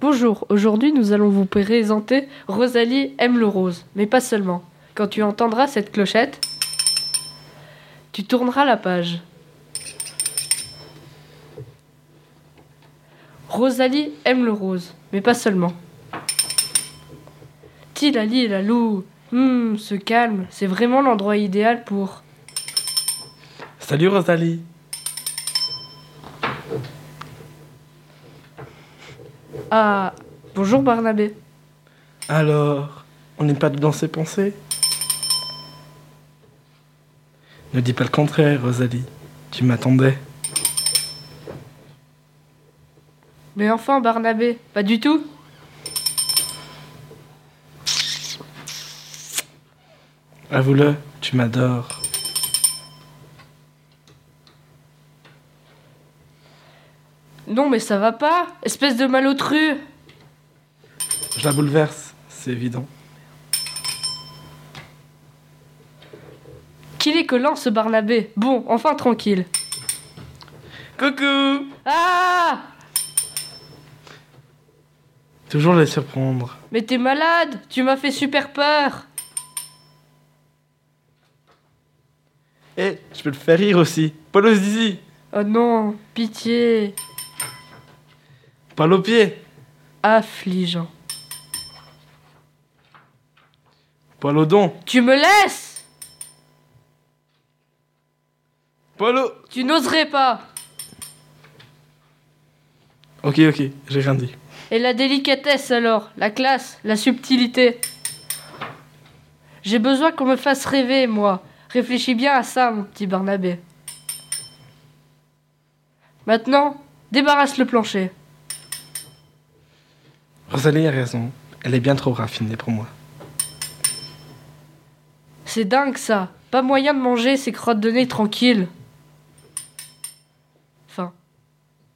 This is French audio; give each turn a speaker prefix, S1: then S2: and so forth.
S1: Bonjour, aujourd'hui nous allons vous présenter Rosalie aime le rose, mais pas seulement. Quand tu entendras cette clochette, tu tourneras la page. Rosalie aime le rose, mais pas seulement. Tilali et la loup, hum, ce calme, c'est vraiment l'endroit idéal pour.
S2: Salut Rosalie
S1: Ah, bonjour Barnabé.
S2: Alors, on n'est pas dans ses pensées Ne dis pas le contraire, Rosalie. Tu m'attendais.
S1: Mais enfin Barnabé, pas du tout.
S2: Avoue-le, tu m'adores.
S1: Non mais ça va pas, espèce de malotru.
S2: Je la bouleverse, c'est évident.
S1: Qu'il est collant ce Barnabé. Bon, enfin tranquille.
S2: Coucou
S1: Ah
S2: Toujours les surprendre.
S1: Mais t'es malade, tu m'as fait super peur.
S2: Et Eh, je peux le faire rire aussi. Paul aux zizi
S1: Oh non, pitié.
S2: Paul aux pieds
S1: Affligeant.
S2: Paul aux dons
S1: Tu me laisses
S2: Paul aux...
S1: Tu n'oserais pas.
S2: Ok, ok, j'ai rien dit.
S1: Et la délicatesse alors, la classe, la subtilité. J'ai besoin qu'on me fasse rêver, moi. Réfléchis bien à ça, mon petit Barnabé. Maintenant, débarrasse le plancher.
S2: Rosalie a raison. Elle est bien trop raffinée pour moi.
S1: C'est dingue ça. Pas moyen de manger ces crottes de nez tranquilles.